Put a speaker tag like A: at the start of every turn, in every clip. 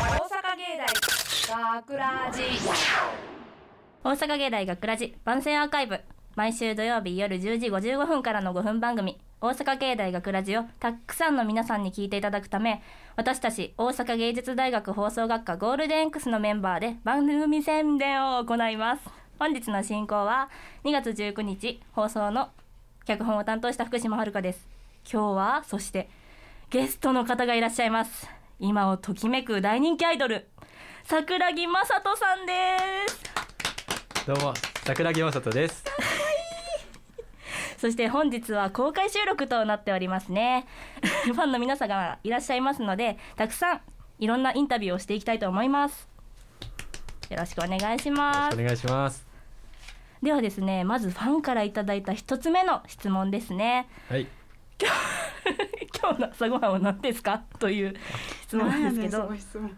A: 芸大学ラジ
B: 大阪芸大学ラジ番宣アーカイブ毎週土曜日夜10時55分からの5分番組「大阪芸大学ラジをたくさんの皆さんに聞いていただくため私たち大阪芸術大学放送学科ゴールデン X のメンバーで番組宣伝を行います本日の進行は2月19日放送の脚本を担当した福島遥です今日はそしてゲストの方がいらっしゃいます今をときめく大人気アイドル桜木雅人さんです
C: どうも桜木雅人です
B: そして本日は公開収録となっておりますね。 ファンの皆様がいらっしゃいますので、たくさんいろんなインタビューをしていきたいと思います。よろしくお願いしま
C: お
B: す。
C: 願いします
B: ではですね、まずファンからいただいた一つ目の質問ですね。
C: はい
B: 今日の朝ごはんは何ですかという質問なんですけど、
D: 質問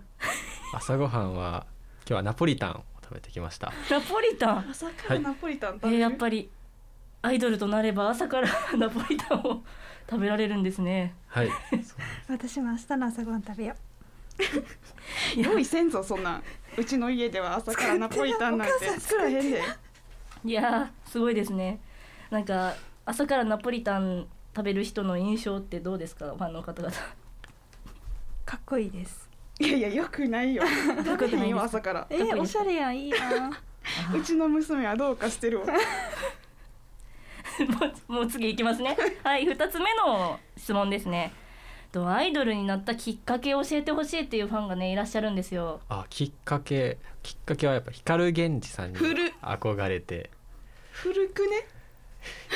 C: 朝ごはんは今日はナポリタンを食べてきました
B: ナポリタン。
D: 朝か
C: は
D: ら
C: い
D: ナポリタン
B: え
D: 食べる、
B: ーやっぱりアイドルとなれば朝から ナポリタンを食べられるんですね。
C: はい
E: 私も明日の朝ごはん食べよ
D: 用意せんぞそんなんうちの家では朝からナポリタンなんて作らへんで
B: いやーすごいですねなんか朝からナポリタン食べる人の印象ってどうですかファンの方々
E: うかっこいいです
D: いやいやよくないよ
B: どういうこと
D: 食べへ
B: なんで
D: ん
B: す
D: よ
B: か
D: 朝から
E: え
B: かっこいい
E: ー、
B: で
E: お
B: す
E: しゃれやんいいな
D: うちの娘はどうかしてるわ
B: もうもう次いきますねはい2つ目の質問ですねとアイドルになったきっかけを教えてほしいっていうファンがねいらっしゃるんですよ
C: あきっかけきっかけはやっぱ光源氏さんに
D: 古っ
C: 憧れて
D: 古くね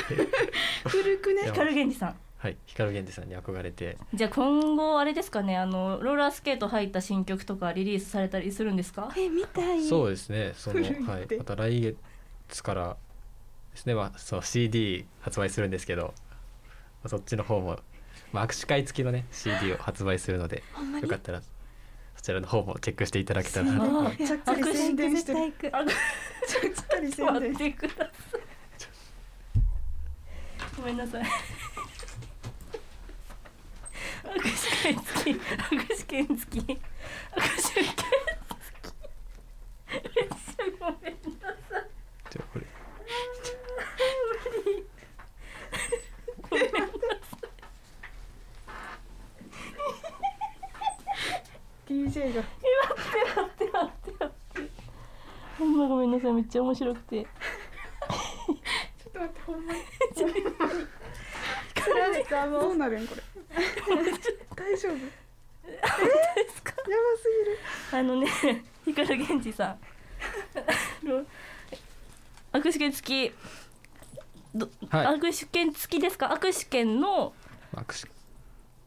D: 古くね
C: いや
B: 光源氏さん
C: はい光源氏さんに憧れて
B: じゃあ今後あれですかねあのローラースケート入った新曲とかリリースされたりするんですか
E: えー、見たい
C: そう
E: う
C: ですねその
D: 古いって
C: はいまた来月からですねまあそう CD 発売するんですけどまあそっちの方もまあ握手会付きのね CD を発売するので
E: ほんま
C: よ
E: に
C: かったらそちらの方もチェックしていただけたら
B: す
C: な
B: ごい
C: と
D: ちゃっかり宣伝してる
E: 絶対行く
B: あ
D: ちゃっかり宣
B: 待っ
D: 伝
B: てくださいごめんなさい握手券付き握手券付き握手券付きめっちゃごめんなさい
C: じゃあこれ
B: ごめんなさい待って待っ
D: DJ が
B: て待ってほんまごめんなさいめっちゃ面白くて
D: ちょっと待ってほんまにどうなるんこれ大丈夫やばすぎる
B: あのね光源氏さんあの握手券付きど
C: はい
B: 握手券付きですか握手券の
C: 握手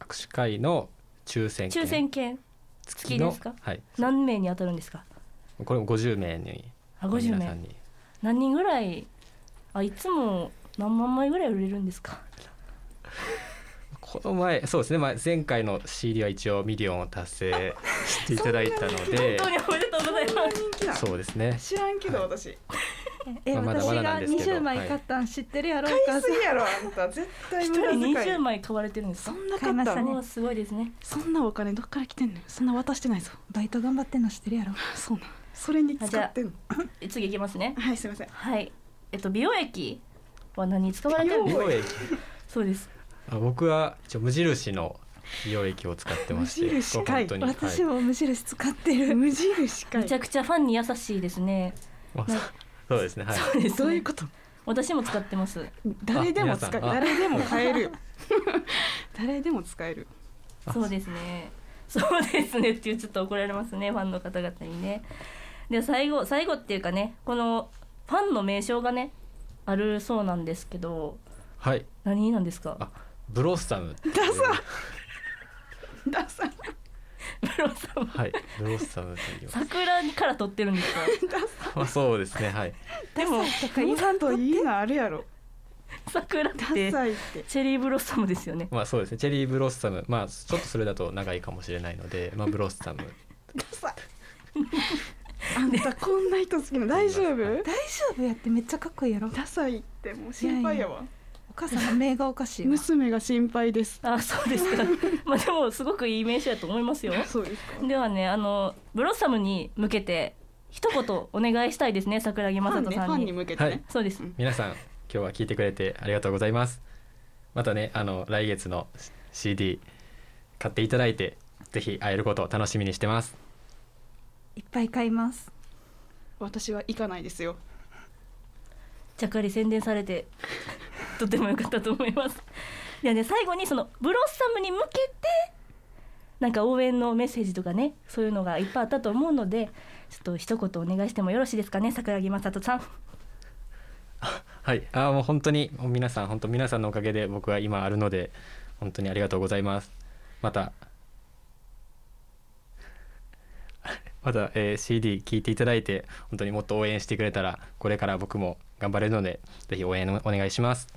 C: 握手会の抽選券
B: 抽選券
C: 付
B: きですか
C: はい
B: 何名に当たるんですか
C: これも50名に
B: あ50
C: 皆さ
B: 名
C: んに
B: 何人ぐらいあいつも何万枚ぐらい売れるんですか
C: この前そうですね、まあ、前回の CD は一応ミリオンを達成していただいたので
B: 本当におめでとうございます
D: 人気な
C: そうですね
D: 知らんけど私
E: え
C: まあまだ
E: 私
C: まだなん
E: が
C: ですけど
E: 20枚買ったん知ってるやろ、お
D: 買い
E: 母さ
D: す
E: ん
D: ぎやろあんた絶対
B: 一
D: 無
B: 人
D: 駄遣
B: 20
D: い
B: 枚買われてるんです
D: そ
B: か
D: んな
E: 買
D: 買
E: いま
D: っ
E: したたね
B: おーすごいですね
D: そんなお金どっから来てんのよそんな渡してないぞ
E: バイト頑張ってんの知ってるやろ
D: そうなんそれに使ってんの
B: 次いきますね
D: はいすいません
B: はいえっと美容液は何に使われてるん
D: 美
B: で
C: 美
B: す
D: 容
B: か
C: 容液
B: そうです
C: あ僕は一応無印の美容液を使ってまして
D: 無印かい
C: これ本当に
E: 私も無印使ってる
D: 無印か
B: めちゃ
D: い
B: くちゃファンに優しいですね
C: はいまあそうそうですねはい
B: そうですね
D: どういうこと
B: 私も使ってます
D: 誰でも使え
C: 皆さんあ
D: 誰でも買えるよ誰でも使える
C: あ
B: そうですね。そうですねっていうちょっと怒られますねファンの方々にね。で最後最後っていうかねこのファンの名称がねあるそうなんですけど
C: はい
B: 何なんですか
C: あブロッサムっていう
D: ダサい
B: ブロさん
C: はいブロッサムと言います
B: 桜から取ってるんですか
C: まあそうですねはい
B: でも
E: とか
D: も
E: 今
D: っといいのあるやろ
B: 桜っ
D: ダ
B: て
D: サいって
B: チェリーブロッサムですよね
C: まあそうですねチェリーブロッサムまあちょっとそれだと長いかもしれないのでまあブロッサム
D: ダサいあんたこんな人好きなの大丈夫
E: 大丈夫やってめっちゃかっこいいやろ
D: ダサいってもう心配やわ
E: お母さんの名がおかしいわ
D: 娘が心配です
B: あそうですかまあでもすごくいい名刺だと思いますよ
D: そうですか
B: ではねあのブロッサムに向けて一言お願いしたいですね桜木
D: フ
B: 雅人
D: ァンねフ
B: さん
D: ァン
B: に
D: に向けて
C: はい
D: ね
B: そうです
D: うん
C: 皆さん今日は聞いてくれてありがとうございますまたねあの来月の CD 買っていただいてぜひ会えることを楽しみにしてます
E: いっぱい買います
D: 私は行かないですよ
B: ちゃっかり宣伝されてとても良かったと思いますいやね最後にそのブロッサムに向けてなんか応援のメッセージとかねそういうのがいっぱいあったと思うのでちょっと一言お願いしてもよろしいですかね桜木雅人さん
C: はいあーもう本当にもう皆さん本当皆さんのおかげで僕は今あるので本当にありがとうございますまた また、えー CD 聞いていただいて本当にもっと応援してくれたらこれから僕も頑張れるのでぜひ応援お願いします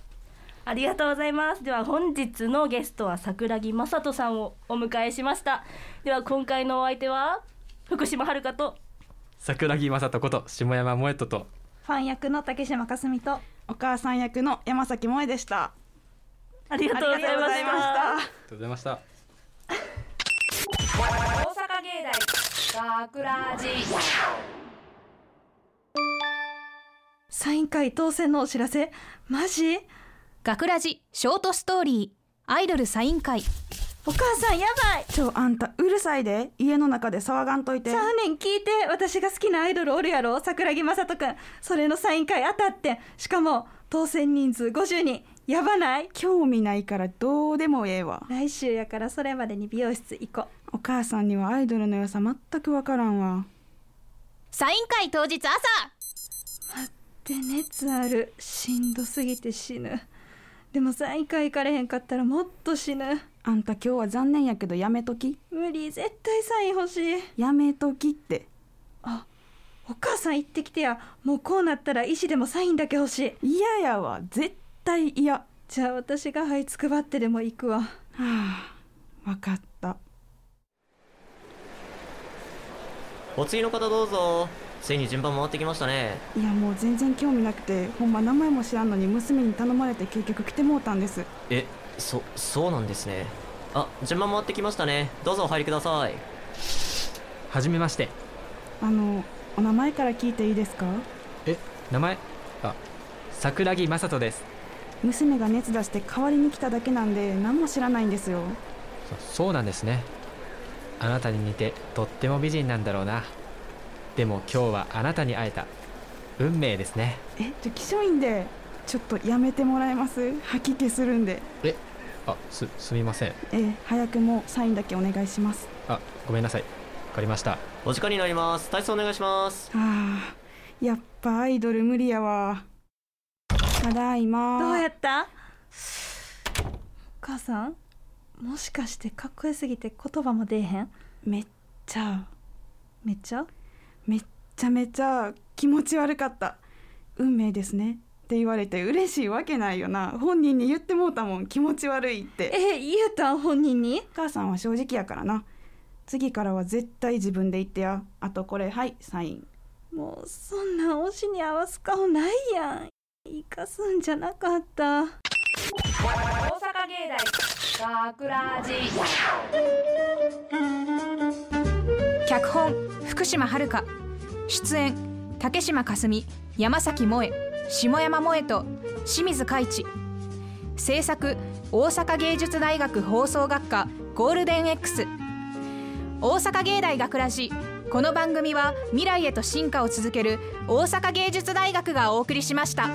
B: ありがとうございますでは本日のゲストは桜木雅人さんをお迎えしましたでは今回のお相手は福島遥と
C: 桜木雅人こと下山萌人と
E: ファン役の竹島かすみと
D: お母さん役の山崎萌でした
B: ありがとうございました
C: ありがとうございました
A: 大阪芸大桜寺
E: サイン会当選のお知らせマジ
F: 学ラジショートストーリーアイドルサイン会
E: お母さんやばい
D: ちょあんたうるさいで家の中で騒がんといて
E: ちゃうねん聞いて私が好きなアイドルおるやろ桜木雅人くんそれのサイン会当たってんしかも当選人数50人やばない
D: 興味ないからどうでもええわ
E: 来週やからそれまでに美容室行こ
D: お母さんにはアイドルの良さ全くわからんわ
F: サイン会当日朝
E: で熱あるしんどすぎて死ぬでもサイン会行かれへんかったらもっと死ぬ
D: あんた今日は残念やけどやめとき
E: 無理絶対サイン欲しい
D: やめときって
E: お母さん行ってきてやもうこうなったら医師でもサインだけ欲しい
D: 嫌やわ絶対嫌は
E: じゃあ私が這いつくばってでも行くわ
D: あわかった
G: お次の方どうぞついに順番回ってきましたね
D: いやもう全然興味なくてほんま名前も知らんのに娘に頼まれて結局来てもうたんです
G: えそそうなんですねあ順番回ってきましたねどうぞお入りください
C: はじめまして
D: あのお名前から聞いていいですか
C: え名前あ桜木雅人です
D: 娘が熱出して代わりに来ただけなんで何も知らないんですよ
C: そそうなんですねあなたに似てとっても美人なんだろうなでも今日はあなたに会えた運命ですね
D: えちょ気性いいんでちょっとやめてもらえます吐き気するんで
C: あすすみません
D: え早くもサインだけお願いします
C: あごめんなさいわかりました
G: お時間になります体操お願いします
D: あーやっぱアイドル無理やわただいま
E: どうやったお母さんもしかしてかっこよすぎて言葉も出えへん
D: めっちゃ
E: めっちゃ
D: めっちゃめちゃ気持ち悪かった運命ですねって言われて嬉しいわけないよな本人に言ってもうたもん気持ち悪いって
E: え言うたん本人に
D: お母さんは正直やからな次からは絶対自分で言ってやあとこれはいサイン
E: もうそんな推しに合わす顔ないやん生かすんじゃなかった
A: 大阪芸大桜寺
F: 脚本福島遥出演竹島かすみ山崎萌え下山萌えと清水海地制作大阪芸術大学放送学科ゴールデン X 大阪芸大学ラジこの番組は未来へと進化を続ける大阪芸術大学がお送りしました。